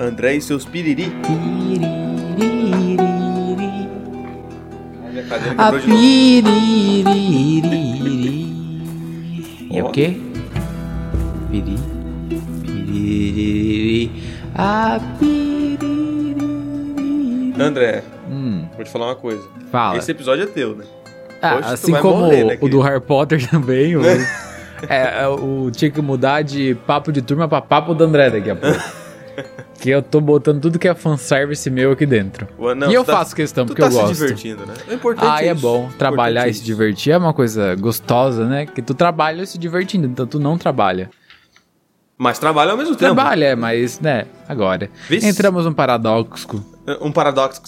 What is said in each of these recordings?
André e seus piriri. Olha, a cadeira A quebrou de novo. piririri. É Ó. o quê? Piri. Piririri. A piririri. André, Hum, vou te falar uma coisa. fala. Esse episódio é teu, né? Ah, Hoje tu assim vai como morrer, né, o querido? do Harry Potter também, o, é, é, o tinha que mudar de papo de turma pra papo do André daqui a pouco. que eu tô botando tudo que é fanservice meu aqui dentro. O- não, e eu tu tá- faço questão, Tu porque tá eu se gosto. divertindo, né? O importante Ah, é isso. bom. Trabalhar Importante e é se isso. divertir é uma coisa gostosa, né? Que tu trabalha se divertindo, então tu não trabalha. Mas trabalha ao mesmo tempo. Trabalha, é, mas, né, agora. Vixe. Entramos num paradoxo. Um paradoxo.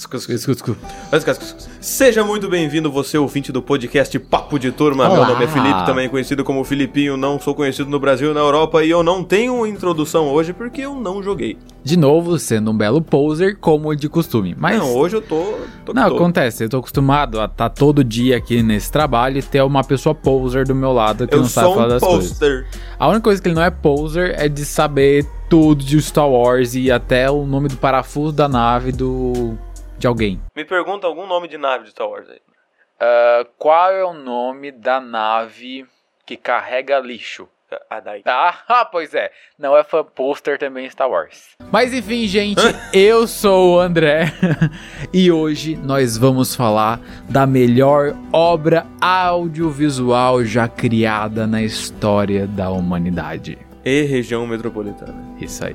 Seja muito bem-vindo, você ouvinte do podcast Papo de Turma. Meu Olá. nome é Felipe, também conhecido como Filipinho. Não sou conhecido no Brasil e na Europa. E eu não tenho introdução hoje porque eu não joguei. De novo, sendo um belo poser, como de costume. Mas Não, hoje eu tô. tô Não, tô. acontece. Eu tô acostumado a estar todo dia aqui nesse trabalho e ter uma pessoa poser do meu lado que Eu não sabe sou falar um das coisas. poster. A única coisa que ele não é poser é de saber tudo de Star Wars e até o nome do parafuso da nave do de alguém. Me pergunta algum nome de nave de Star Wars aí. qual é o nome da nave que carrega lixo? A Dai. Ah, pois é. Não é fan poster também Star Wars. Mas enfim, gente, eu sou o André e hoje nós vamos falar da melhor obra audiovisual já criada na história da humanidade. E região metropolitana. Isso aí.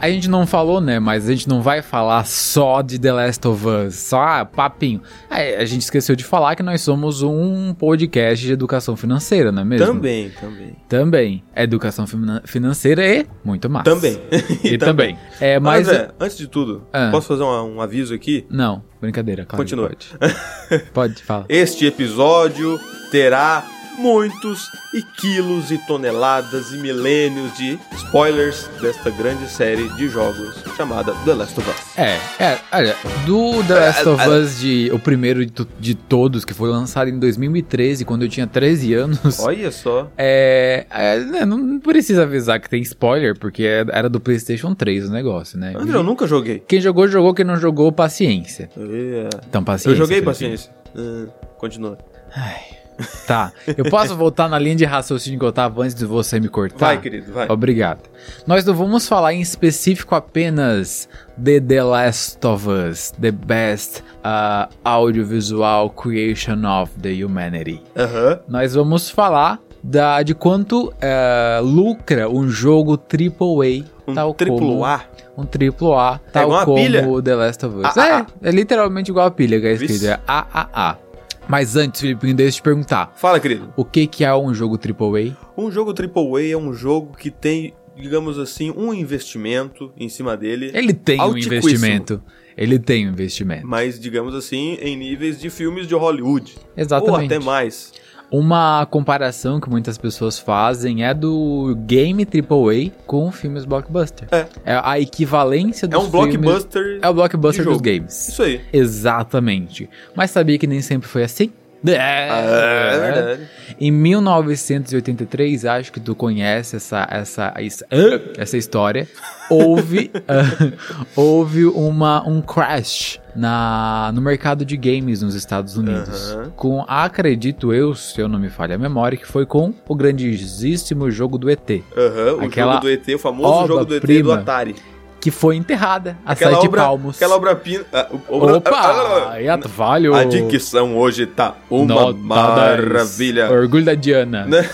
A gente não falou, né? Mas a gente não vai falar só de The Last of Us, só ah, papinho. É, a gente esqueceu de falar que nós somos um podcast de educação financeira, não é mesmo? Também, também. Também. É Educação fina- financeira e muito mais. Também. E, também. É, mas. Mas, é, antes de tudo, Ah. posso fazer um, um aviso aqui? Não, brincadeira, claro. que Continua. Pode, pode fala. Este episódio terá muitos e quilos e toneladas e milênios de spoilers desta grande série de jogos chamada The Last of Us. É, é, olha, do The Last of Us, de, o primeiro de, to- de todos, que foi lançado em 2013, quando eu tinha 13 anos. Olha só. É, é, né, não precisa avisar que tem spoiler, porque é- era do PlayStation 3 o negócio, né? André, eu nunca joguei. Quem jogou, jogou. Quem não jogou, paciência. É. Então, paciência. Eu joguei Felipe. paciência. Hum, continua. Tá. Eu posso voltar na linha de raciocínio que eu tava antes de você me cortar? Vai, querido, Tá. vai. Obrigado. Nós não vamos falar em específico apenas de The Last of Us, The Best ah, Audiovisual Creation of the Humanity. Aham. Nós vamos falar da, de quanto eh, lucra um jogo AAA, Um tal triplo como A. É um triplo A, tal igual a como pilha? The Last of Us. AAA. É, é literalmente igual a pilha que é Vixe. escrita, é AAA. Mas antes, Filipinho, deixa eu te perguntar, Fala, querido. o que, que é um jogo AAA? Um jogo AAA é um jogo que tem, digamos assim, um investimento em cima dele. Ele tem um Altiquíssimo. investimento. Ele tem um investimento. Mas, digamos assim, em níveis de filmes de Hollywood. Ou Exatamente. até mais. Uma comparação que muitas pessoas fazem é do game AAA com filmes blockbuster. É. a equivalência É dos um filmes- blockbuster. É um o blockbuster de dos jogo. games. Isso aí. Exatamente. Mas sabia que nem sempre foi assim? É, É verdade. Em 1983, acho que tu conhece essa, essa, essa, ah, essa história, houve, ah, houve uma, um crash na, no mercado de games nos Estados Unidos. Aham. Com, acredito eu, se eu não me falha a memória, que foi com o grandíssimo jogo do ET, Aham, o Aquela jogo do ET, o famoso obra jogo do ET do prima. Atari. que foi enterrada a Aquela sete obra- palmos. Aquela obra-prima. ah, o- obra- Opa! ah, E a valho! A dicção hoje tá Nota uma dez. maravilha. Orgulho da Diana. Né?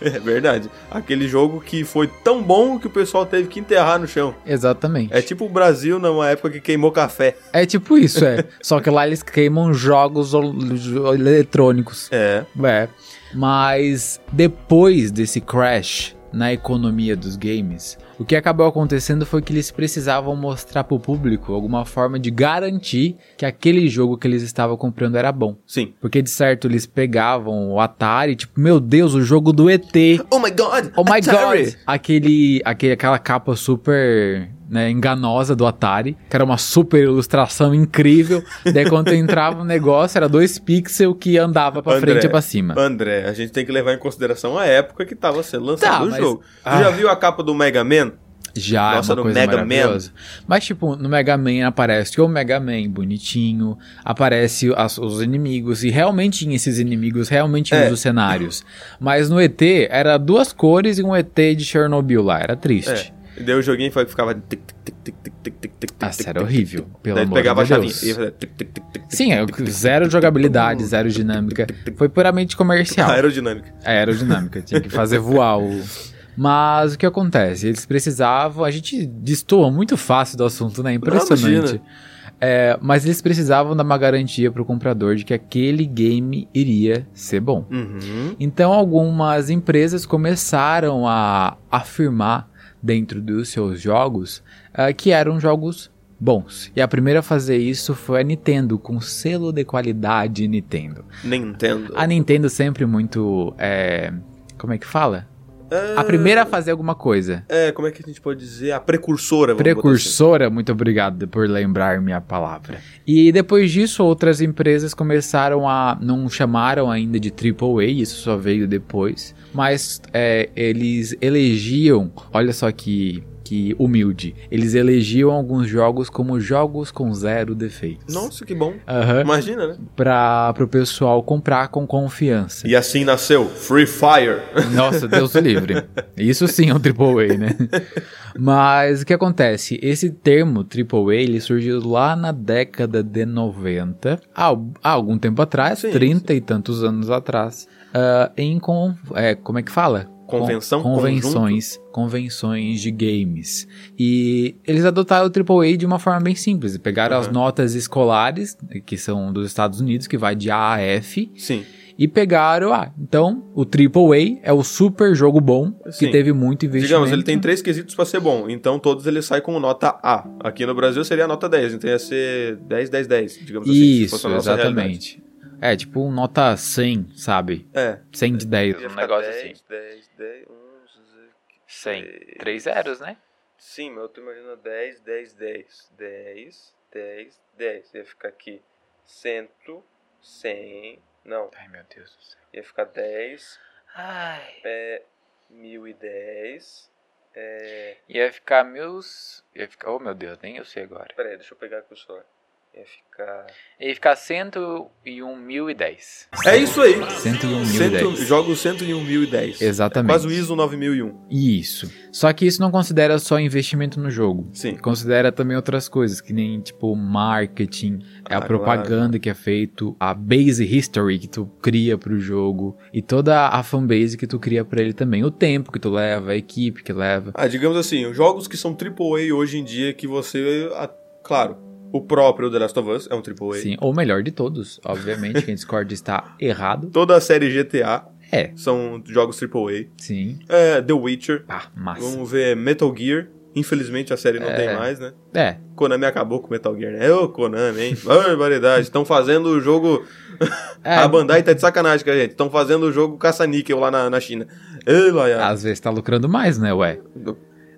É verdade. Aquele jogo que foi tão bom que o pessoal teve que enterrar no chão. Exatamente. É tipo o Brasil numa época que queimou café. É tipo isso, é. Só que lá eles queimam jogos ol- jo- eletrônicos. É. É. Mas depois desse crash na economia dos games, o que acabou acontecendo foi que eles precisavam mostrar pro público alguma forma de garantir que aquele jogo que eles estavam comprando era bom. Sim. Porque de certo eles pegavam o Atari, tipo, meu Deus, o jogo do ET. Oh my god! Oh my Atari! god! Aquele, aquele, aquela capa super né, enganosa do Atari, que era uma super ilustração incrível. Daí quando tu entrava no negócio, era dois pixels que andava pra André, frente e pra cima. André, a gente tem que levar em consideração a época que tava sendo lançado Tá, o mas- jogo. Tu Ah. já viu a capa do Mega Man? Já Nossa, é uma no coisa Mega Man. maravilhosa. Mas, tipo, no Mega Man aparece o Mega Man bonitinho, aparece as- os inimigos, e realmente tinha esses inimigos, realmente tinha É. os cenários. Mas no ET, era duas cores e um ET de Chernobyl lá, era triste. E Daí o joguinho foi que ficava. Tic, tic, tic, tic, tic, tic, tic, tic, Nossa, tic, era tic, Ah, horrível, tic. pelo Daí tu amor pegava de a chavinha Deus. e fazia tic, tic, tic, tic, tic, Sim, é tic, tic, tic, zero tic, jogabilidade, tic, zero tic, dinâmica. tic, tic, Foi puramente tic. Ah, comercial. aerodinâmica. É, aerodinâmica, tinha que fazer voar o. Mas o que acontece? Eles precisavam. A gente destoa muito fácil do assunto, né? Impressionante. imagina. É, mas eles precisavam dar uma garantia pro comprador de que aquele game iria ser bom. Uhum. Então, algumas empresas começaram a afirmar dentro dos seus jogos ah, que eram jogos bons. E a primeira a fazer isso foi a Nintendo, com selo de qualidade Nintendo. Nintendo. A Nintendo sempre muito. é, como é que fala? Ah, A primeira a fazer alguma coisa. É, como é que a gente pode dizer? A precursora. vamos botar É. assim. Precursora, muito obrigado por lembrar-me a palavra. E depois disso, outras empresas começaram a. Não chamaram ainda de AAA, isso só veio depois. Mas é, eles elegiam. Olha só que, que humilde. Eles elegiam alguns jogos como jogos com zero defeitos. Nossa, que bom. Aham, Imagina, né? pra, pro pessoal comprar com confiança. E assim nasceu Free Fire. Nossa, Deus o livre. Isso sim é um AAA, né? Mas o que acontece? Esse termo AAA, ele surgiu lá na década de 90, há, há algum tempo atrás, Sim, 30 e tantos anos atrás, ah, em, con, é, como é que fala? Convenção, Con- convenções, convenções de games. E eles adotaram o AAA de uma forma bem simples. Pegaram as Uhum. notas escolares, que são dos Estados Unidos, que vai de A a F, Sim. e pegaram, ah, então o AAA é o super jogo bom Sim. que teve muito investimento. Digamos, ele tem três quesitos pra ser bom, então todos ele sai com nota A. Aqui no Brasil seria a nota 10, então ia ser 10, 10, 10, digamos assim. se fosse Isso, a nossa realidade. exatamente. É, tipo um nota 100, sabe? É. 100 de 10. Ia Um ficar negócio 10, assim. 10, 10, 11, 100. Três zeros, né? Sim, mas eu tô imaginando 10, 10, 10. 10, 10, 10. Ia ficar aqui 100, 100. Não, Ai, meu Deus do céu. ia ficar 10, Ai. é, 1010. É, Ia ficar meus. Ia ficar. Oh, meu Deus, nem eu sei agora. peraí, deixa eu pegar aqui o celular. Ia ficar. Ia ficar 101.010. É isso aí! 101 mil 100, 10. jogo 101.010. Exatamente. Quase o ISO 9001. Isso. Só que isso não considera só investimento no jogo. Sim. Considera também outras coisas, que nem tipo marketing, é Ah, a claro. propaganda que é feito, a base history que tu cria pro jogo e toda a fanbase que tu cria pra ele também, o tempo que tu leva, a equipe que leva. Ah, digamos assim, os jogos que são AAA hoje em dia que você. ah, claro, o próprio The Last of Us é um AAA. Sim, ou melhor de todos, obviamente, quem discorda está errado. Toda a série GTA É. são jogos AAA. Sim. Ah, É, The Witcher. Pá, massa. Vamos ver Metal Gear. Infelizmente a série não É. tem mais, né? É, Konami acabou com Metal Gear, né? Ô, Konami, hein? Barbaridade. Estão fazendo o jogo. é, A Bandai tá de sacanagem com a gente. Estão fazendo o jogo caça-níquel lá na, na China. Ei, Laia. às vezes tá lucrando mais, né, ué?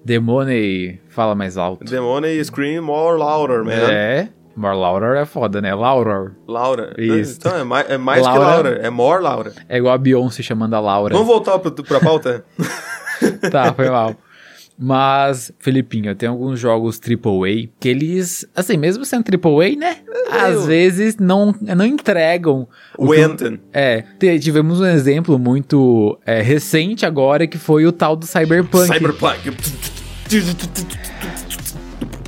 Demone fala mais alto. Demone Scream or Louder, man. É. More Laura é foda, né? Laura. Laura. Isso. Então é mais, é mais que Laura. Laura. É more Laura. É igual a Beyoncé chamando a Laura. Vamos voltar pra, pra pauta? Tá, foi mal. Mas, Felipinho, tem alguns jogos AAA que eles, assim, mesmo sendo AAA, né? É, Às vezes não, não entregam. o o que- Anton. É, te- tivemos um exemplo muito é, recente agora que foi o tal do Cyberpunk, Cyberpunk.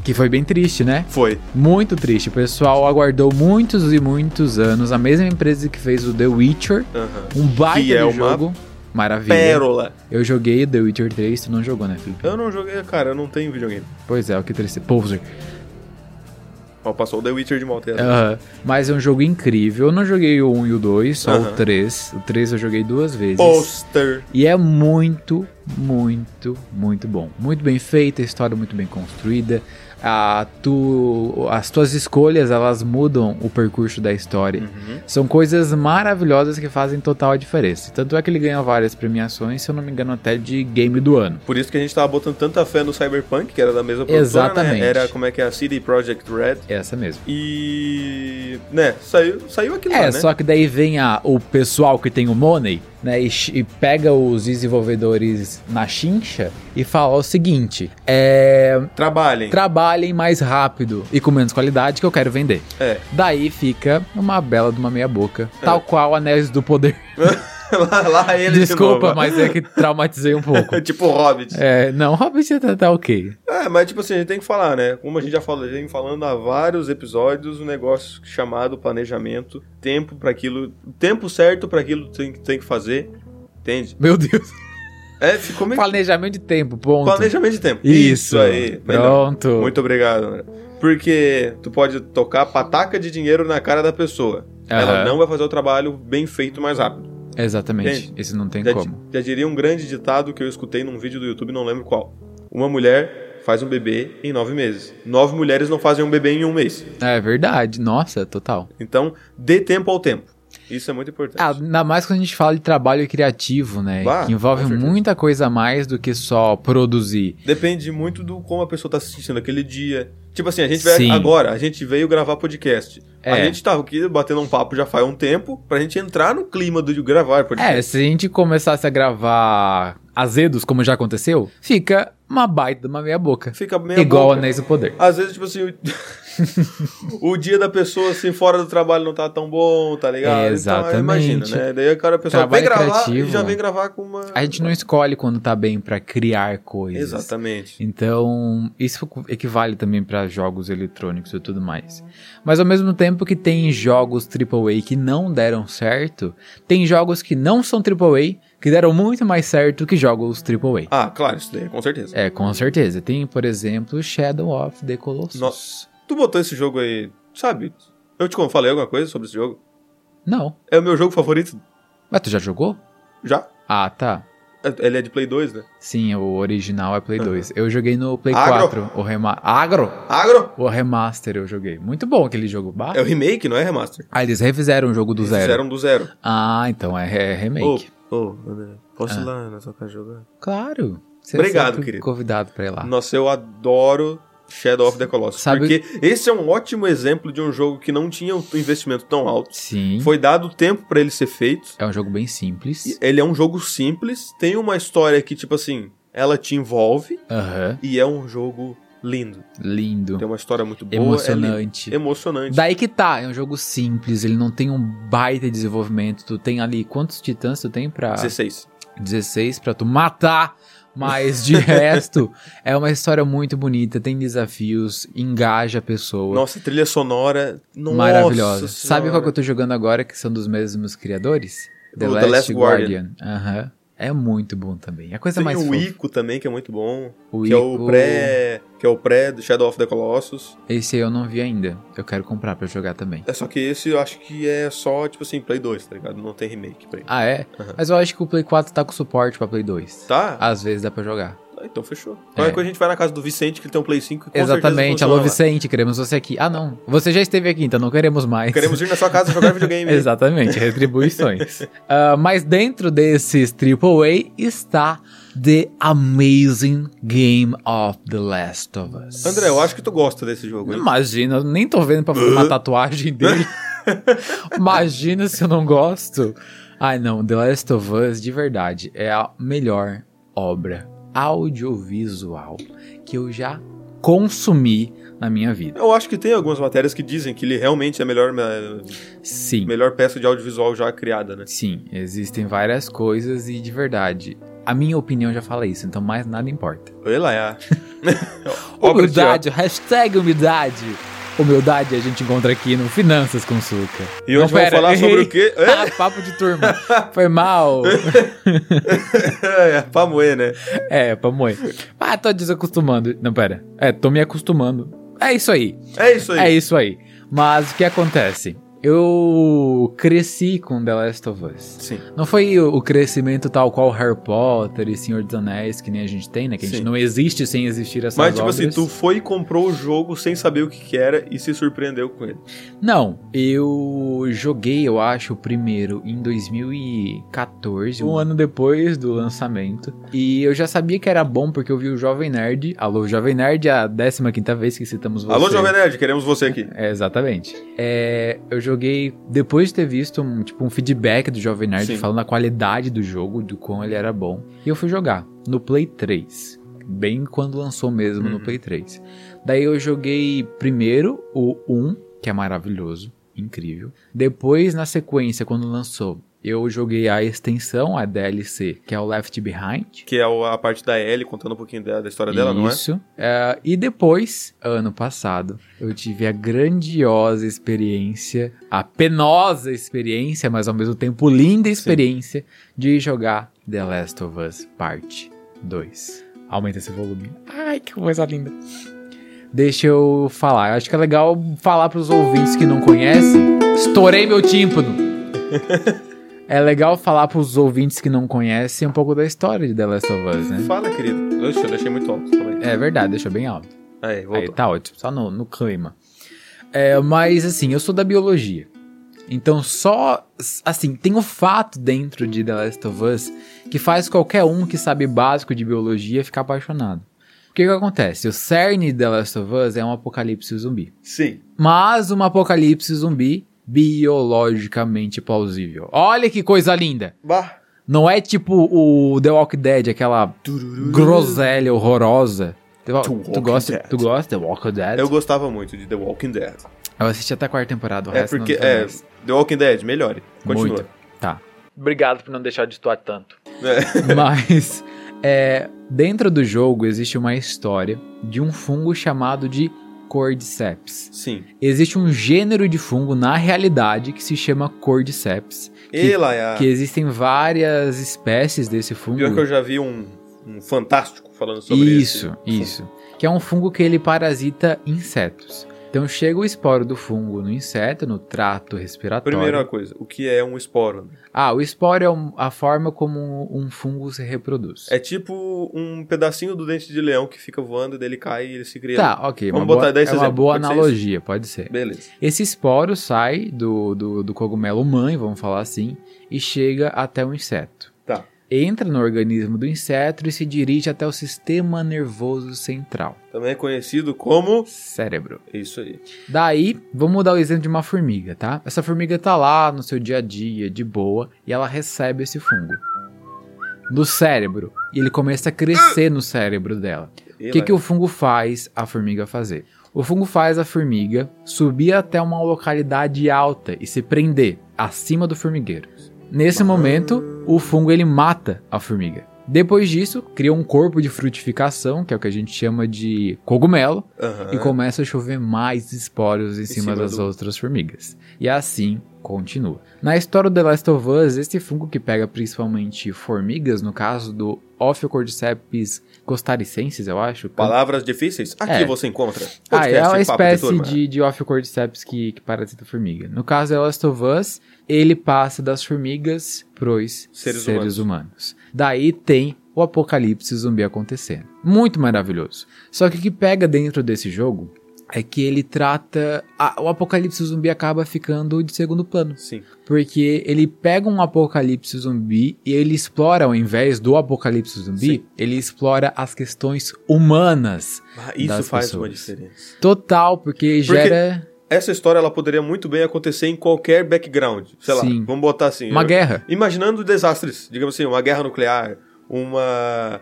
que foi bem triste, né? Foi. Muito triste. O pessoal aguardou muitos e muitos anos a mesma empresa que fez o The Witcher, Aham. um baita Que de é uma jogo. Maravilha. Pérola. Eu joguei The Witcher 3, tu não jogou, né, Felipe? Eu não joguei, cara, eu não tenho videogame. Pois é, o que triste. Poser. Ó, passou o The Witcher de Maltese. Aham. Mas é um jogo incrível. Eu não joguei o 1 e o 2, só Aham. o 3. O 3 eu joguei duas vezes. Poster. E é muito, muito, muito bom. Muito bem feito, a história muito bem construída. a tu, as tuas escolhas elas mudam o percurso da história. Hum. São coisas maravilhosas que fazem total a diferença. Tanto é que ele ganha várias premiações, se eu não me engano, até de game do ano. Por isso que a gente tava botando tanta fé no Cyberpunk, que era da mesma produtora, Exatamente. né? Era, como é que é, a CD Projekt Red. Essa mesmo. E... né, saiu, saiu aquilo lá, É, né? só que daí vem a, o pessoal que tem o money, né, e, ch- e pega os desenvolvedores na chincha e fala o seguinte, é, Trabalhem. trabalhem mais rápido e com menos qualidade que eu quero vender. É. Daí fica uma bela de uma meia boca, tal qual Anéis do Poder. lá, lá É. ele de Desculpa, novo. mas é que traumatizei um pouco. tipo Hobbit. É, não, Hobbit tá, tá ok. É, mas tipo assim, a gente tem que falar, né? Como a gente já falou, vem falando há vários episódios, um negócio chamado planejamento, tempo para aquilo, tempo certo para aquilo que tem, que tem que fazer, entende? Meu Deus. É, ficou meio Planejamento de tempo, um ponto. planejamento de tempo. Isso. aí. melhor. Pronto. Muito obrigado, André. Porque tu pode tocar pataca de dinheiro na cara da pessoa. Ela Aham. não vai fazer o trabalho bem feito mais rápido. Exatamente. Entende? Esse não tem Já, como. já diria um grande ditado que eu escutei num vídeo do YouTube, não lembro qual. Uma mulher faz um bebê em nove meses. Nove mulheres não fazem um bebê em um mês. É verdade. Nossa, total. Então, dê tempo ao tempo. Isso é muito importante. Ah, ainda mais quando a gente fala de trabalho criativo, né? Bah, que envolve com certeza. muita coisa a mais do que só produzir. Depende muito do como a pessoa tá se sentindo aquele dia. Tipo assim, a gente vai Sim. agora, a gente veio gravar podcast. A É. gente tava aqui batendo um papo já faz um tempo pra gente entrar no clima do de gravar podcast. É, se a gente começasse a gravar azedos, como já aconteceu, fica uma baita de uma meia boca. Fica meio É, Igual né? Anéis do Poder. Às vezes, tipo assim, o... o dia da pessoa, assim, fora do trabalho não tá tão bom, tá ligado? Exatamente. Então, aí imagina, né? Daí, cara, a pessoa Trabalho vem gravar criativo. e já vem gravar com uma... A gente não escolhe quando tá bem pra criar coisas. Exatamente. Então, isso equivale também para jogos eletrônicos e tudo mais. Mas ao mesmo tempo que tem jogos AAA que não deram certo, tem jogos que não são AAA que deram muito mais certo que jogos AAA. Ah, claro, isso daí, com certeza. É, com certeza. Tem, por exemplo, Shadow of the Colossus. Nossa. Tu botou esse jogo aí, sabe? Eu te falei alguma coisa sobre esse jogo? Não. É o meu jogo favorito Mas tu já jogou? já. Ah, tá. Ele é de Play 2, né? Sim, o original é Play 2. Eu joguei no Play Agro. 4, o rema... Agro? Agro! O remaster eu joguei. Muito bom aquele jogo. Bah. É o remake, não é remaster. Ah, eles refizeram o jogo do zero. Fizeram do zero. Ah, então é, re- remake. Ah. Ô, ô, André, posso ir lá na sua casa jogar? Claro. Você é Obrigado, sempre querido. Convidado pra ir lá. Nossa, eu adoro Shadow of the Colossus. Sabe- Porque esse é um ótimo exemplo de um jogo que não tinha um investimento tão alto. Sim. Foi dado tempo pra ele ser feito. É um jogo bem simples. E Ele é um jogo simples, tem uma história que, tipo assim, ela te envolve Aham. e é um jogo lindo. Lindo. Tem uma história muito boa, é lindo. emocionante. Emocionante. Daí que tá, é um jogo simples, ele não tem um baita desenvolvimento. Tu tem ali quantos titãs tu tem Ah. pra 16. 16 pra tu matar, mas de resto é uma história muito bonita, tem desafios, engaja a pessoa. Nossa, trilha sonora. Nossa maravilhosa. Sabe Senhora. qual que eu tô jogando agora, que são dos mesmos criadores? O The Last Guardian. Aham. É muito bom também. É a coisa Tem mais o fofa. Ico também, que é muito bom. O que é o Ico- pré. Que é o pré do Shadow of the Colossus. Esse aí eu não vi ainda. Eu quero comprar pra jogar também. É só que esse eu acho que é só, tipo assim, Play 2, tá ligado? Não tem remake pra ele. Ah, é? Aham. Mas eu acho que o Play 4 tá com suporte pra Play 2. Tá? Às vezes dá pra jogar. Ah, então fechou. Qualquer coisa a gente vai na casa do Vicente, que ele tem um Play 5 e com É. Exatamente. certeza funciona Alô, lá. Vicente, queremos você aqui. Ah, não. Você já esteve aqui, então não queremos mais. Queremos ir na sua casa jogar videogame. Exatamente, retribuições. Ah, mas dentro desses AAA está The Amazing Game of The Last of Us. André, eu acho que tu gosta desse jogo. hein? Imagina, eu nem tô vendo pra fazer uma tatuagem dele. Imagina se eu não gosto. Ai não, The Last of Us, de verdade, é a melhor obra audiovisual que eu já consumi na minha vida. Eu acho que tem algumas matérias que dizem que ele realmente é a melhor, me- Sim. melhor peça de audiovisual já criada, né? Sim, existem várias coisas e de verdade. A minha opinião já fala isso, então mais nada importa. Olha lá, é. Obra de arte. Humildade, hashtag humildade. Humildade a gente encontra aqui no Finanças com Suca. E hoje Não, vamos pera, falar sobre errei. o quê? É? Ah, papo de turma. Foi mal. É, é pra moer, né? É, pamonha. Ah, tô desacostumando. Não, pera. É, tô me acostumando. É isso aí. É isso aí. É isso aí. Mas o que acontece? eu cresci com The Last of Us. Sim. Não foi o o crescimento tal qual Harry Potter e Senhor dos Anéis que nem a gente tem, né? Que a gente Sim. não existe sem existir essas Mas, tipo obras. assim, tu foi e comprou o jogo sem saber o que, que era e se surpreendeu com ele. Não, eu joguei, eu acho, o primeiro em 2014, um ano depois do lançamento. E eu já sabia que era bom porque eu vi o Jovem Nerd. Alô, Jovem Nerd, a 15 vez que citamos você. Alô, Jovem Nerd, queremos você aqui. É, exatamente. É, eu joguei depois de ter visto um, tipo, um feedback do Jovem Nerd Sim. falando a qualidade do jogo, do quão ele era bom. E eu fui jogar no Play 3. Bem quando lançou mesmo no Uhum. Play 3. Daí eu joguei primeiro o 1, que é maravilhoso, incrível. Depois, na sequência, quando lançou, eu joguei a extensão, a DLC, que é o Left Behind. Que é o- a parte da Ellie contando um pouquinho da, da história dela, não é? Isso. É, e depois, ano passado, eu tive a grandiosa experiência, a penosa experiência, mas ao mesmo tempo linda experiência, de jogar The Last of Us Parte 2. Aumenta esse volume. Ai, que coisa linda. Deixa eu falar. Eu acho que é legal falar para os ouvintes que não conhecem. Estourei meu tímpano. É legal falar para os ouvintes que não conhecem um pouco da história de The Last of Us, né? Fala, querido. Oxe, eu deixei muito alto. Calma aí. É verdade, deixa bem alto. Aí, Aí voltou. tá ótimo, só no, no clima. É, mas assim, eu sou da biologia. Então só assim, tem um fato dentro de The Last of Us que faz qualquer um que sabe básico de biologia ficar apaixonado. O que, que acontece? O cerne de The Last of Us é um apocalipse zumbi. Sim. Mas um apocalipse zumbi biologicamente plausível. Olha que coisa linda! Bah. Não é tipo o The Walking Dead, aquela groselha horrorosa. The Wa- The Tu, Walking gosta, Dead. tu gosta The Walking Dead? Eu gostava muito de The Walking Dead. Eu assisti até a quarta temporada, o é resto porque. não É, The Walking Dead, melhore. Continua. Muito. Tá. Obrigado por não deixar de estoar tanto. É. Mas, é, dentro do jogo existe uma história de um fungo chamado de Cordyceps. Sim. Existe um gênero de fungo na realidade que se chama Cordyceps, E lá é a- que existem várias espécies desse fungo. Pior que eu já vi um, um fantástico falando sobre esse Isso, assunto. isso. Que é um fungo que ele parasita insetos. Então chega o esporo do fungo no inseto, no trato respiratório. Primeira coisa, o que é um esporo? né? Ah, o esporo é um- a forma como um fungo se reproduz. É tipo um pedacinho do dente de leão que fica voando, daí ele cai e ele se cria. Tá, ok. Vamos uma botar boa, desse é uma exemplo, boa pode ser analogia, pode ser. Beleza. Esse esporo sai do, do, do cogumelo mãe, vamos falar assim, e chega até o inseto. Tá. Entra no organismo do inseto e se dirige até o sistema nervoso central, Também é conhecido como. cérebro. É Isso aí. Daí, vamos dar o exemplo de uma formiga, tá? Essa formiga tá lá no seu dia a dia, de boa, e ela recebe esse fungo do cérebro. E ele começa a crescer no cérebro dela. E O que, lá que o fungo faz a formiga fazer? O fungo faz a formiga subir até uma localidade alta e se prender acima do formigueiro. Nesse momento, o fungo ele mata a formiga. Depois disso, cria um corpo de frutificação, que é o que a gente chama de cogumelo, Aham. e começa a chover mais esporos em, cima, cima das do- outras formigas. E assim continua. Na história do The Last of Us, esse fungo que pega principalmente formigas, no caso do Ophiocordyceps costaricensis, eu acho. que- Palavras difíceis? Aqui É. você encontra. ah, Podcast é uma Papo espécie Turma. de, de Ophiocordyceps que, que parasita formiga. No caso, The Last of Us, ele passa das formigas pros Seres seres, humanos. Daí tem o apocalipse zumbi acontecendo. Muito maravilhoso. Só que o que pega dentro desse jogo é que ele trata... a- o apocalipse zumbi acaba ficando de segundo plano. Sim. Porque ele pega um apocalipse zumbi e ele explora, ao invés do apocalipse zumbi, Sim. ele explora as questões humanas Ah, isso Das faz uma pessoas. diferença. Total, porque gera Essa história ela poderia muito bem acontecer em qualquer background. Sei lá, Sim. vamos botar assim. uma eu- guerra. Imaginando desastres, digamos assim, uma guerra nuclear, uma.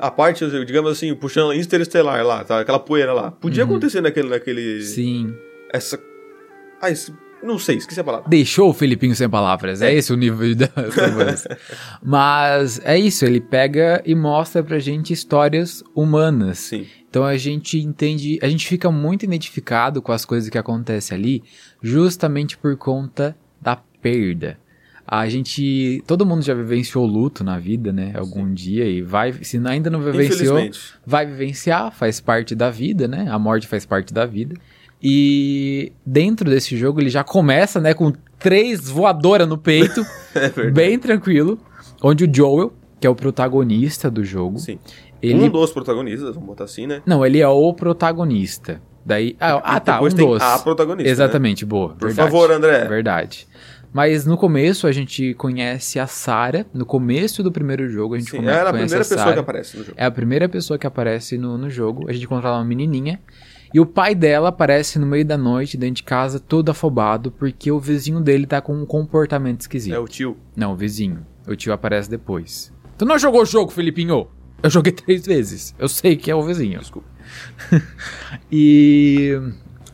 A parte, digamos assim, puxando interestelar lá, tá? Aquela poeira lá. Podia Uhum. acontecer naquele. naquele Sim. Essa. Ah, esse... não sei, esqueci a palavra. Deixou o Filipinho sem palavras. É, esse o nível da conversa. Mas é isso, ele pega e mostra pra gente histórias humanas. Sim. Então a gente entende, a gente fica muito identificado com as coisas que acontecem ali, justamente por conta da perda. A gente, todo mundo já vivenciou luto na vida, né? Algum dia e vai, se ainda não vivenciou, Infelizmente. vai vivenciar, faz parte da vida, né? A morte faz parte da vida. E dentro desse jogo ele já começa, né, com três voadoras no peito, É verdade. bem tranquilo, onde o Joel, que é o protagonista do jogo, Sim. ele Um dos protagonistas, vamos botar assim, né? não, ele é o protagonista. Daí, ah, ah, E tá, um depois tem dos. a protagonista. né? Exatamente, boa. Por verdade. favor, né? André. Verdade. Mas no começo a gente conhece a Sarah. No começo do primeiro jogo a gente Sim, come- conhece ela é a primeira a pessoa Sarah. que aparece no jogo. É a primeira pessoa que aparece no, no jogo. A gente encontra lá uma menininha. E o pai dela aparece no meio da noite, dentro de casa, todo afobado, porque o vizinho dele tá com um comportamento esquisito. É o tio. Não, o vizinho. O tio aparece depois. Tu não jogou o jogo, Felipinho? Eu joguei três vezes. Eu sei que é o vizinho. Desculpa. E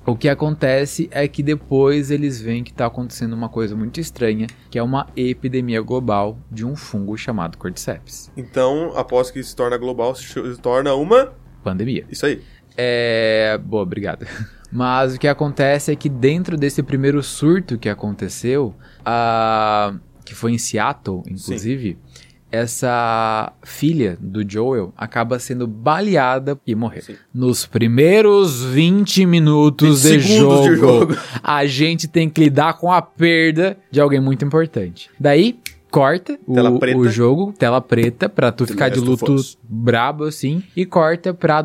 o que acontece é que depois eles veem que tá acontecendo uma coisa muito estranha, que é uma epidemia global de um fungo chamado Cordyceps. Então, após que se torna global, se cho- se torna uma. Pandemia. Isso aí. É. Boa, obrigado. Mas o que acontece é que dentro desse primeiro surto que aconteceu, a... que foi em Seattle, inclusive, essa filha do Joel acaba sendo baleada e morrer. Sim. Nos primeiros 20 minutos de 20 segundos jogo, de jogo. a gente tem que lidar com a perda de alguém muito importante. Daí, corta o, Tela preta. o jogo, tela preta, pra tu The ficar de Last of luto Us. brabo assim, e corta pra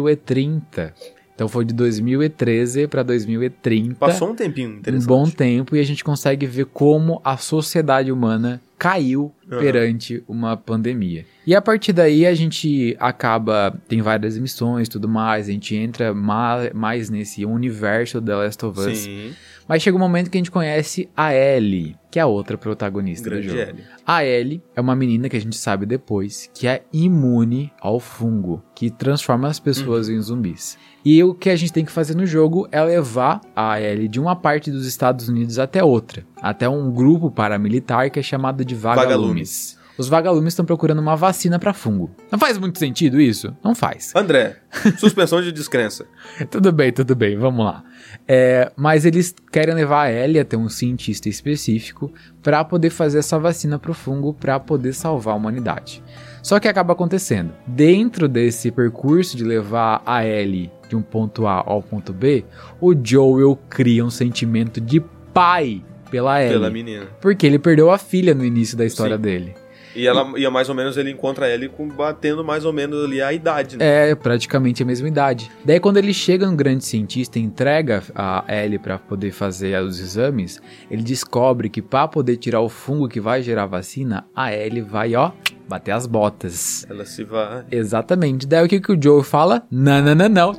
2030. Então foi de 2013 pra 2030. Passou um tempinho um interessante. Tá. bom tempo e a gente consegue ver como a sociedade humana caiu Aham. perante uma pandemia. E a partir daí a gente acaba, tem várias missões, tudo mais, a gente entra ma- mais nesse universo da Last of Us. Sim, Mas chega um momento que a gente conhece a Ellie, que é a outra protagonista do grande jogo. L. A Ellie é uma menina que a gente sabe depois que é imune ao fungo, que transforma as pessoas em zumbis. E o que a gente tem que fazer no jogo é levar a Ellie de uma parte dos Estados Unidos até outra, até um grupo paramilitar que é chamado de Vagalumes. Os vagalumes estão procurando uma vacina pra fungo. Não faz muito sentido isso? Não faz. André, suspensão de descrença. Tudo bem, tudo bem, vamos lá. É, mas eles querem levar a Ellie até um cientista específico para poder fazer essa vacina pro fungo para poder salvar a humanidade. Só que acaba acontecendo. Dentro desse percurso de levar a Ellie de um ponto A ao ponto B, o Joel cria um sentimento de pai pela Ellie. Pela menina. Porque ele perdeu a filha no início da história Sim. dele. E ela e mais ou menos ele encontra ele com, batendo mais ou menos ali a idade, né? É, praticamente a mesma idade. Daí, quando ele chega no grande cientista e entrega a Ellie pra poder fazer os exames, ele descobre que pra poder tirar o fungo que vai gerar a vacina, a Ellie vai, ó, bater as botas. Ela se vai. Exatamente. Daí, o que, que o Joe fala? Não, não, não, não.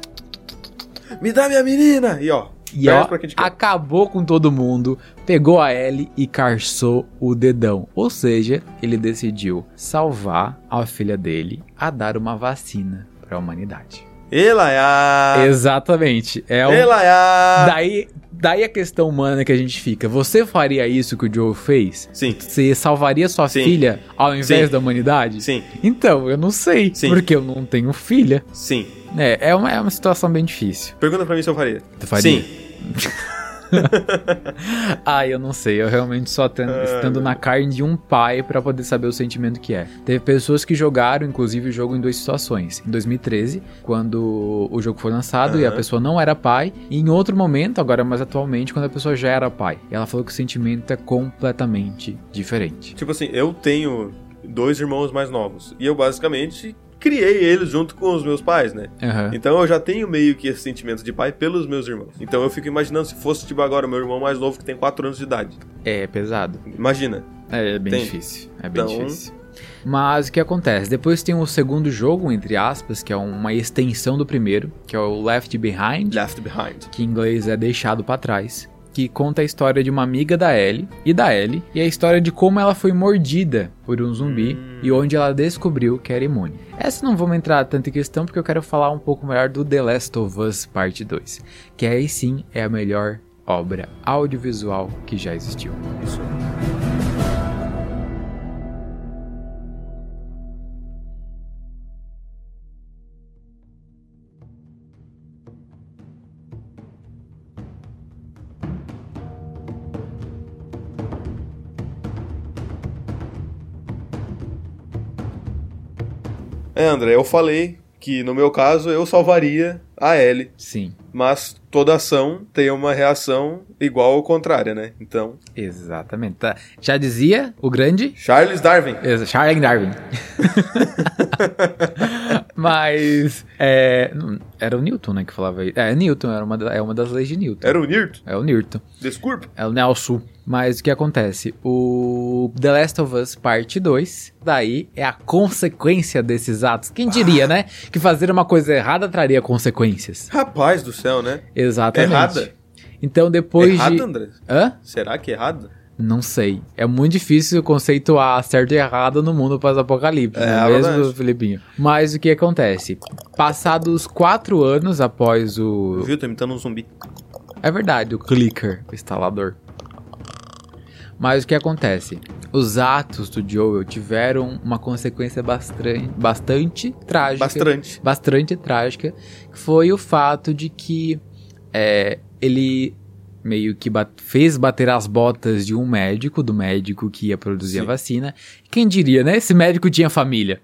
Me dá minha menina! E ó, E perde ó, pra quem te quer. acabou com todo mundo, pegou a Ellie e carçou o dedão. Ou seja, ele decidiu salvar a filha dele a dar uma vacina pra humanidade. Ela é a. Exatamente. É o... Ela é a. Daí, daí a questão humana que a gente fica. Você faria isso que o Joe fez? Sim, Você salvaria sua Sim. filha ao invés Sim. da humanidade? sim, Então, eu não sei, Sim. porque eu não tenho filha. sim. É, é uma, é uma situação bem difícil. Pergunta pra mim se eu faria. Tu faria? Sim. Ah, eu não sei. Eu realmente só ten- Ah, estando na carne de um pai pra poder saber o sentimento que é. Teve pessoas que jogaram, inclusive, o jogo em duas situações. Em 2013, quando o jogo foi lançado e a Aham. pessoa não era pai. E em outro momento, agora mais atualmente, quando a pessoa já era pai. E ela falou que o sentimento é completamente diferente. Tipo assim, eu tenho dois irmãos mais novos. E eu basicamente criei eles junto com os meus pais, né? Aham. Então eu já tenho meio que esse sentimento de pai pelos meus irmãos. Então eu fico imaginando se fosse, tipo, agora o meu irmão mais novo que tem 4 anos de idade. É pesado. Imagina. É, é bem Tem. difícil. É bem Então- difícil. Mas o que acontece? Depois tem o segundo jogo, entre aspas, que é uma extensão do primeiro, que é o Left Behind. Left behind. que em inglês é Deixado pra Trás, que conta a história de uma amiga da Ellie e da Ellie e a história de como ela foi mordida por um zumbi Hum. e onde ela descobriu que era imune. Essa não vamos entrar tanto em questão porque eu quero falar um pouco melhor do The Last of Us Parte 2, que aí sim é a melhor obra audiovisual que já existiu. Isso. É, André, eu falei que no meu caso eu salvaria a Ellie. Sim, Mas toda ação tem uma reação igual ou contrária, né? Então, exatamente. Tá. Já dizia o grande Charles Darwin. Exa- Charles Darwin. Mas é, não, era o Newton, né, que falava aí. É, Newton era uma, da- é uma das leis de Newton. Era o Nirt, É o Newton. desculpa. É o Nelson. Mas o que acontece? O The Last of Us Parte 2, daí é a consequência desses atos. Quem diria, né? Que fazer uma coisa errada traria consequências. Rapaz do céu, né? Exatamente. Errada? Então depois errada, de. André? Hã? Será que é errada? Não sei. É muito difícil conceituar certo e errado no mundo pós-apocalipse, É, não é é mesmo, verdade. Felipinho? Mas o que acontece? Passados quatro anos após o. Viu? Tô imitando um zumbi. É verdade, o clicker, o instalador. Mas o que acontece? Os atos do Joel tiveram uma consequência bastante, bastante trágica. Bastante. Bastante trágica. Que foi o fato de que é, ele meio que ba- fez bater as botas de um médico, do médico que ia produzir a Sim. vacina. Quem diria, né? Esse médico tinha família.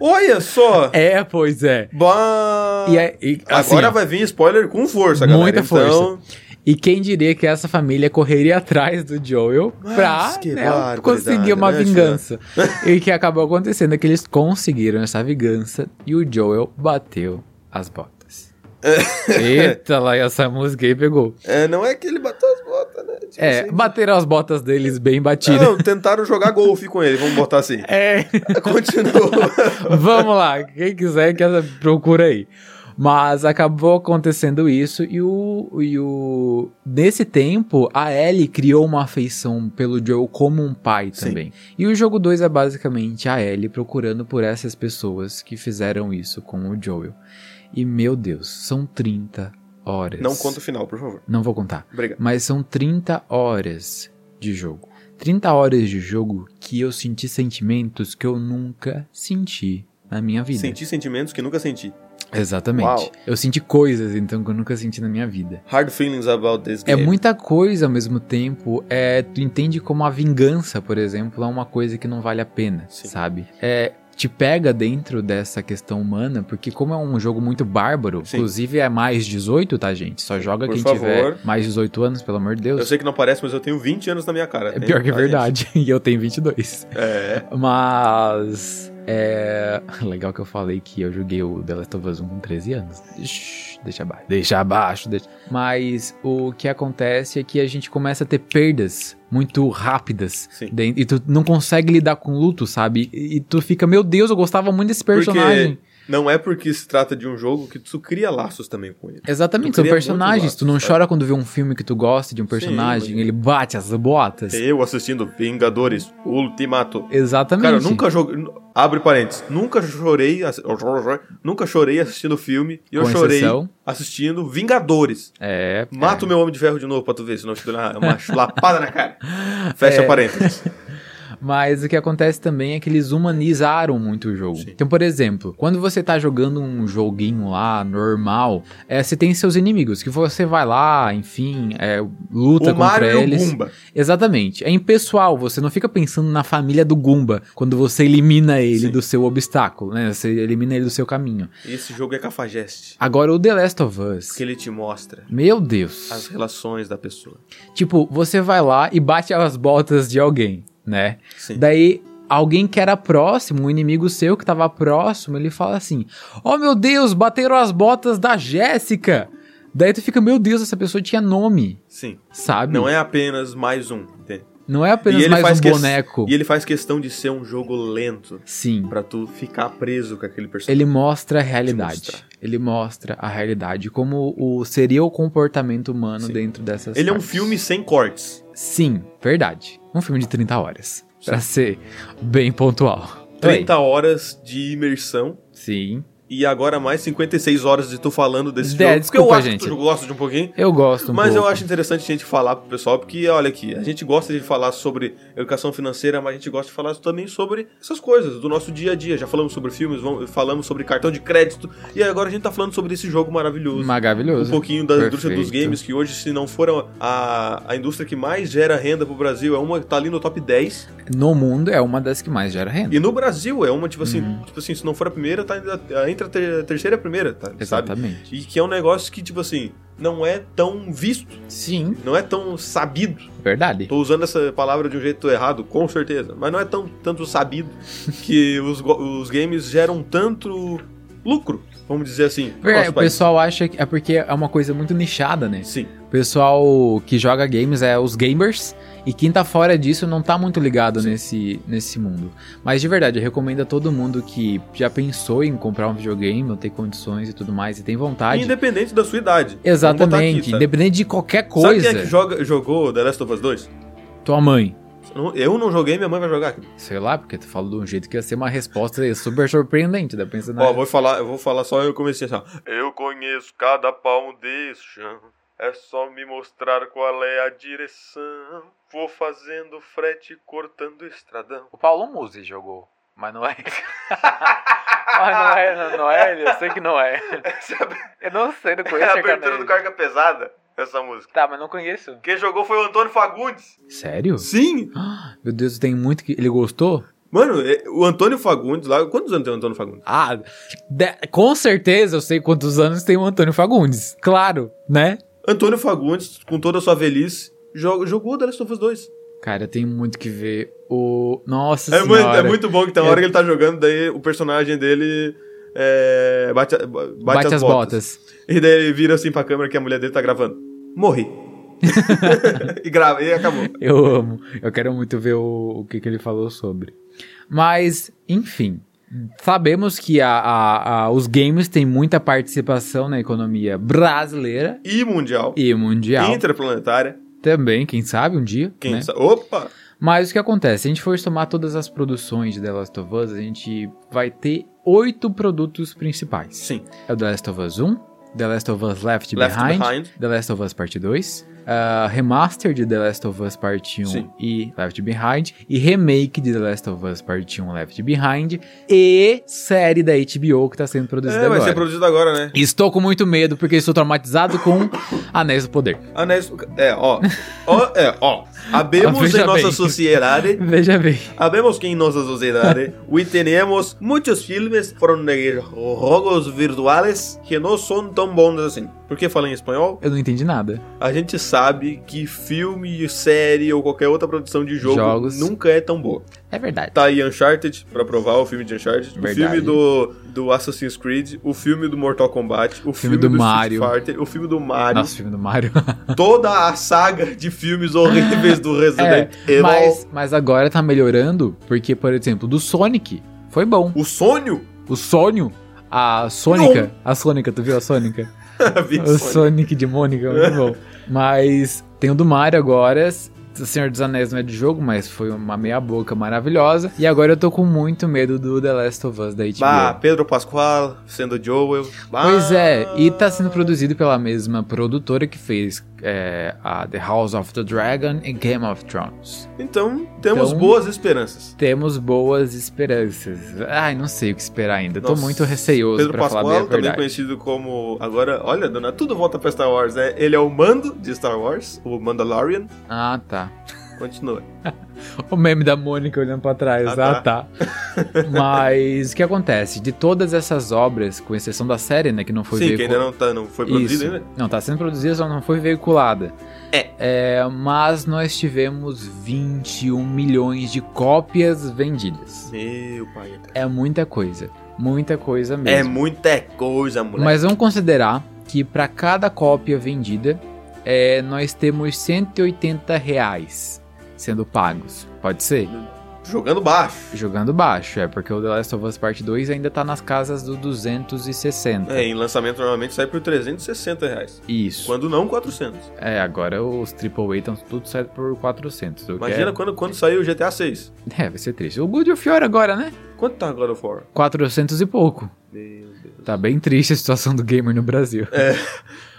Olha só! É, pois é. Bah! E, é- e, assim, Agora ó, vai vir spoiler com força, galera. Muita então, E quem diria que essa família correria atrás do Joel pra Mas que né, barbaridade, conseguir uma né, vingança? e o que acabou acontecendo é que eles conseguiram essa vingança e o Joel bateu as botas. Eita, lá, essa música aí pegou. é, não é que ele bateu as botas, né? Tipo É, assim. bateram as botas deles bem batidas. Não, tentaram jogar golfe com ele, vamos botar assim. É, Continuou. vamos lá, quem quiser que essa- procura aí. Mas acabou acontecendo isso e o, e o nesse tempo a Ellie criou uma afeição pelo Joel como um pai Sim. também. E o jogo 2 é basicamente a Ellie procurando por essas pessoas que fizeram isso com o Joel. E meu Deus, são 30 horas. Não conta o final, por favor. Não vou contar. Obrigado. Mas são 30 horas de jogo. 30 horas de jogo que eu senti sentimentos que eu nunca senti na minha vida. Senti sentimentos que nunca senti. Exatamente. Uau. Eu senti coisas, então, que eu nunca senti na minha vida. Hard feelings about this É game. muita coisa ao mesmo tempo. É, tu entende como a vingança, por exemplo, é uma coisa que não vale a pena, Sim. sabe? É, te pega dentro dessa questão humana, porque como é um jogo muito bárbaro, Sim. inclusive é mais 18, tá, gente? Só joga Por quem favor. tiver mais 18 anos, pelo amor de Deus. Eu sei que não parece, mas eu tenho 20 anos na minha cara. É tem, pior que é tá, verdade. E eu tenho 22. gente? É. Mas. É. Legal que eu falei que eu joguei o The Last of Us 1 com 13 anos. Shhh, deixa abaixo. Deixa abaixo. deixa- Mas o que acontece é que a gente começa a ter perdas muito rápidas. Sim. Den- E tu não consegue lidar com luto, sabe? E e tu fica, meu Deus, eu gostava muito desse personagem. Não é porque se trata de um jogo que tu cria laços também com ele. Exatamente, tu são cria muito personagens. laço, Tu não sabe? chora quando vê um filme que tu gosta de um personagem, mas- ele bate as botas. Eu assistindo Vingadores Ultimato. Exatamente. Cara, eu nunca joguei. Abre parênteses. Nunca chorei. ass- Nunca chorei assistindo filme. E eu Com chorei exceção- assistindo Vingadores. É. Mata o meu homem de ferro de novo pra tu ver, senão eu te dou uma, uma lapada na cara. Fecha É. parênteses. Mas o que acontece também é que eles humanizaram muito o jogo. Sim. Então, por exemplo, quando você tá jogando um joguinho lá, normal, é, você tem seus inimigos, que você vai lá, enfim, é, luta contra o Mario e o eles. Goomba. Exatamente. É impessoal, você não fica pensando na família do Goomba quando você elimina ele Sim. do seu obstáculo, né? Você elimina ele do seu caminho. Esse jogo é cafajeste. Agora, o The Last of Us. Porque ele te mostra Meu Deus. as relações da pessoa. Tipo, você vai lá e bate as botas de alguém, né? Sim. Daí alguém que era próximo, um inimigo seu que tava próximo, ele fala assim: "Oh meu Deus, bateram as botas da Jéssica". Daí tu fica: "Meu Deus, essa pessoa tinha nome". Sim. Sabe? Não é apenas mais um. entende? Não é apenas E ele mais faz um que- boneco. E ele faz questão de ser um jogo lento. Sim. Pra tu ficar preso com aquele personagem. Ele mostra a realidade. mostrar. Ele mostra a realidade como o seria o comportamento humano Sim. dentro dessas Ele é um partes. filme sem cortes. Sim, verdade. Um filme de 30 horas, Pra ser bem pontual. 30 horas de imersão. Sim. E agora mais 56 horas de tu falando desse É, jogo. porque desculpa, eu acho gente. que tu gosta de um pouquinho. Eu gosto um Mas eu pouco. acho interessante a gente falar pro pessoal, porque olha aqui, a gente gosta de falar sobre educação financeira, mas a gente gosta de falar também sobre essas coisas do nosso dia a dia. Já falamos sobre filmes, vamos- falamos sobre cartão de crédito, e agora a gente tá falando sobre esse jogo maravilhoso. um maravilhoso. pouquinho da indústria dos Perfeito. games, que hoje, se não for a- a, a indústria que mais gera renda pro Brasil, é uma que tá ali no top 10. No mundo é uma das que mais gera renda. E no Brasil é uma, tipo assim, Uhum. tipo assim, se não for a primeira, tá ainda, ainda entre a ter- terceira e a primeira, tá? sabe? Exatamente. E que é um negócio que, tipo assim, não é tão visto, Sim, não é tão sabido. verdade. Tô usando essa palavra de um jeito errado, com certeza, mas não é tão tanto sabido que os, go- os games geram tanto lucro, vamos dizer assim. pro É, nosso o país. pessoal acha que é porque é uma coisa muito nichada, né? Sim, O pessoal que joga games é os gamers e quem tá fora disso não tá muito ligado nesse, nesse mundo. Mas de verdade, eu recomendo a todo mundo que já pensou em comprar um videogame, não tem condições e tudo mais e tem vontade. independente da sua idade. Vamos botar Exatamente, aqui, sabe? independente de qualquer Sabe coisa. quem é que joga, jogou The Last of Us 2? Tua mãe. Não- Eu não joguei, minha mãe vai jogar. Sei lá, porque tu falou de um jeito que ia ser uma resposta super surpreendente, da pensando. Ó, vou falar, eu vou falar só eu comecei assim, ó. Eu conheço cada palmo desse chão. É só me mostrar qual é a direção. Vou fazendo frete cortando estradão. O Paulo Musi jogou, mas não é. mas não é, não, não é ele, eu sei que não é. Eu não sei, É não é conheço a cara dele. Pesada, essa música. Tá, mas não conheço. Quem jogou foi o Antônio Fagundes. Sério? Sim! Meu Deus, tem muito que. Ele gostou? Mano, é- o Antônio Fagundes lá. Quantos anos tem o Antônio Fagundes? Ah, de- com certeza eu sei quantos anos tem o Antônio Fagundes. Claro, né? Antônio Fagundes, com toda a sua velhice, jo- jogou The Last of Us 2. Cara, tem muito que ver. O. Nossa É muito, senhora. é muito bom que tem uma É. hora que ele tá jogando, daí o personagem dele é, bate, a- ba- bate as, botas. E daí ele vira assim pra câmera que a mulher dele tá gravando. Morri. e grava, e acabou. Eu amo. Eu quero muito ver o, o que, que ele falou sobre. Mas, enfim. Sabemos que a, a- a- os games têm muita participação na economia brasileira E mundial. e mundial. Interplanetária. Também, quem sabe um dia. Quem né? sa- Opa! Mas o que acontece? Se a gente for somar todas as produções de The Last of Us, a gente vai ter oito produtos principais. Sim. É o The Last of Us 1, The Last of Us Left, Left Behind, Behind. The Last of Us Part 2, ah, Remaster de The Last of Us Part 1 Sim. e Left Behind, e Remake de The Last of Us Part 1 Left Behind, e série da HBO que está sendo produzida É, vai ser agora. produzido agora, né? Estou com muito medo porque estou traumatizado com Anéis do Poder. Anéis. É, ó. ó é, ó. Habemos Veja em nossa bem. sociedade. Veja bem. Habemos que em nossa sociedade we tenemos muitos filmes foram de jogos virtuais que não são tão bons assim. Por que fala em espanhol? Eu não entendi nada. A gente sabe que filme, série ou qualquer outra produção de jogo Jogos. nunca é tão boa. É verdade. Tá aí Uncharted, pra provar o filme de Uncharted. Verdade. O filme do, do Assassin's Creed, o filme do Mortal Kombat, o, filme do Street Mario. Fighter, o filme do Mario. Nossa, filme do Mario. Toda a saga de filmes horríveis do Resident Evil. É, mas, mas agora tá melhorando, porque, por exemplo, do Sonic foi bom. O Sônio? O Sônio, a Sônica. A Sônica, tu viu a Sônica? Vi, O Sônio. Sonic de Mônica, muito bom. Mas tem o do Mario agora. O Senhor dos Anéis não é de jogo, mas foi uma meia boca maravilhosa. E agora eu tô com muito medo do The Last of Us da HBO. Bah, Pedro Pascoal, sendo Joel. Bah. Pois é, e tá sendo produzido pela mesma produtora que fez é, a The House of the Dragon e Game of Thrones. Então, temos Então- boas esperanças. Temos boas esperanças. Ai, não sei o que esperar ainda. Tô Nossa, muito receioso Pedro pra falar bem a Pascoal, também verdade. conhecido como. Agora, olha, dona, tudo volta pra Star Wars, né? Ele é o mando de Star Wars, o Mandalorian. Ah, tá. Continua. O meme da Mônica olhando pra trás. Ah, Ah, tá. Mas o que acontece? De todas essas obras, com exceção da série, né, que não foi Sim, que veiculada. ainda não, tá, não foi produzido Isso. ainda. Não, tá sendo produzida, só não foi veiculada. É. Mas nós tivemos 21 milhões de cópias vendidas. Meu pai. É muita coisa. Muita coisa É mesmo. muita coisa, moleque. Mas vamos considerar que para cada cópia vendida, é, nós temos 180 reais sendo pagos. Pode ser? Jogando baixo. Jogando baixo, é, porque o The Last of Us Part 2 ainda tá nas casas do 260. É, em lançamento normalmente sai por 360 reais. Isso. Quando não, 400. É, agora os AAA estão tudo saindo por 400. o que Imagina quando, quando saiu o GTA 6. É... é, vai ser triste. O God of War agora, né? Quanto tá God of War? 400 e pouco. Meu Deus. Tá bem triste a situação do gamer no Brasil. É.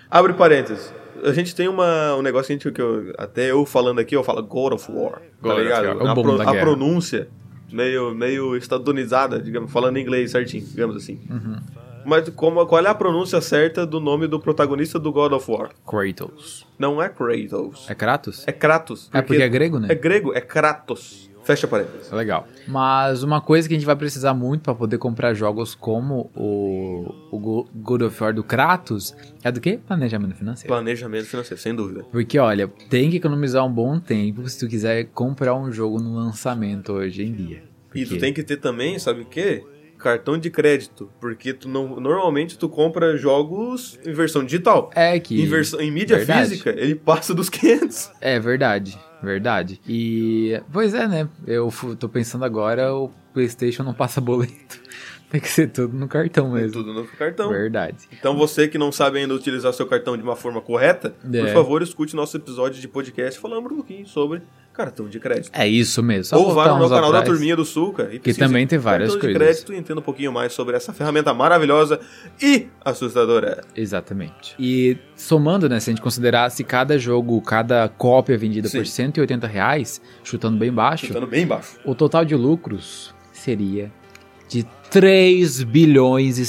Abre parênteses. A gente tem uma, um negócio que, a gente, que eu, até eu falando aqui, eu falo God of War. God tá of ligado? War, é o a, bom da a guerra. pronúncia meio, meio estadunizada, digamos, falando em inglês certinho, digamos assim. Uhum. Mas como, qual é a pronúncia certa do nome do protagonista do God of War? Kratos. Não é Kratos. É Kratos? É Kratos. É porque é grego, né? É grego, é Kratos. Fecha parênteses. Legal. Mas uma coisa que a gente vai precisar muito para poder comprar jogos como o, o Go- God of War do Kratos é do que? Planejamento financeiro. Planejamento financeiro, sem dúvida. Porque, olha, tem que economizar um bom tempo se tu quiser comprar um jogo no lançamento hoje em dia. E tu Porque- tem que ter também, sabe o quê? Cartão de crédito. Porque tu não, normalmente tu compra jogos em versão digital. É que... Em, versão, em mídia Verdade. física, ele passa dos 500. É verdade, verdade. E pois é, né? Eu fu- tô pensando agora, o PlayStation não passa boleto. Tem que ser tudo no cartão mesmo. Tudo no cartão. Verdade. Então você que não sabe ainda utilizar seu cartão de uma forma correta, por É. favor, escute nosso episódio de podcast falando um pouquinho sobre cartão de crédito. É isso mesmo. Só Ou vá voltar no meu uns canal atrás. da Turminha do Sul, cara, e Que pesquise também tem várias cartão de coisas. crédito e entenda um pouquinho mais sobre essa ferramenta maravilhosa e assustadora. Exatamente. E somando, né? Se a gente considerasse cada jogo, cada cópia vendida Sim. por 180 reais, chutando bem baixo, Chutando bem baixo. o total de lucros seria de 3 bilhões e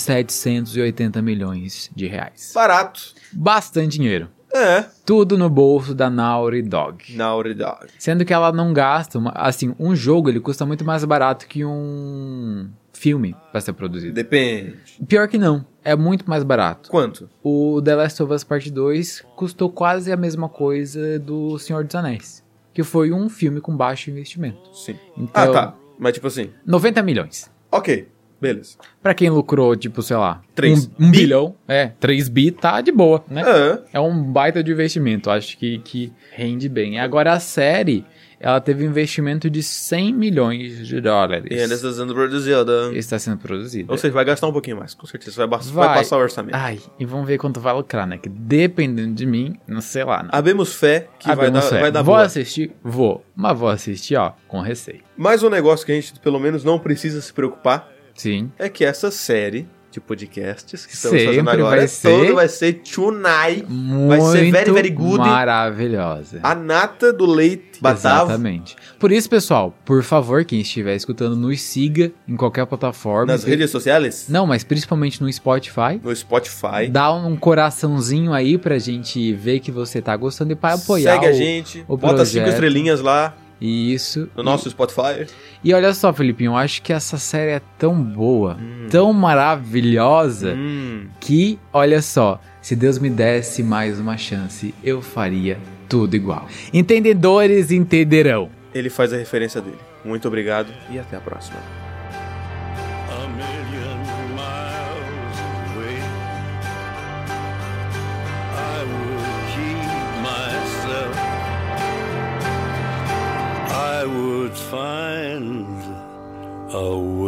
780 milhões de reais. Barato. Bastante dinheiro. É. Tudo no bolso da Naughty Dog. Na realidade. Sendo que ela não gasta, uma- assim, um jogo ele custa muito mais barato que um filme pra ser produzido. Depende. Pior que não, é muito mais barato. Quanto? O The Last of Us Part 2 custou quase a mesma coisa do Senhor dos Anéis, que foi um filme com baixo investimento. Sim. Então, Ah, tá. Mas tipo assim, 90 milhões. ok. Beleza. Pra quem lucrou, tipo, sei lá, Três um, um bi. bilhão, é, 3 bi tá de boa, né? É. É um baita de investimento, acho que, que rende bem. Agora a série, ela teve um investimento de 100 milhões de dólares. E ainda está sendo produzida. Está sendo produzida. Ou seja, vai gastar um pouquinho mais, com certeza. Vai, ba- Vai. Ah. vai passar o orçamento. Ai, e vamos ver quanto vai lucrar, né? Que dependendo de mim, não sei lá. Não. Abemos fé que vai Abemos dar, fé. vai dar Vou boa. assistir? Vou. Mas vou assistir, ó, com receio. Mas um negócio que a gente, pelo menos, não precisa se preocupar Sim. é que essa série de podcasts que estamos fazendo Sempre agora vai ser- todo vai ser tonight. Muito ser very, very good. maravilhosa. A nata do leite batavo Exatamente. Por isso, pessoal, por favor, quem estiver escutando, nos siga em qualquer plataforma. nas redes sociais, Não, mas principalmente no Spotify. no Spotify. Dá um coraçãozinho aí pra gente ver que você tá gostando e pra apoiar. Segue a o- gente, o bota cinco projeto. Hum. estrelinhas lá Isso. no nosso Spotify. E olha só, Felipinho, eu acho que essa série é tão boa, Hum. tão maravilhosa, Hum. que, olha só, se Deus me desse mais uma chance, eu faria tudo igual. Entendedores entenderão. Ele faz a referência dele. Muito obrigado e até a próxima. a million miles away. I would keep myself. I would find a way.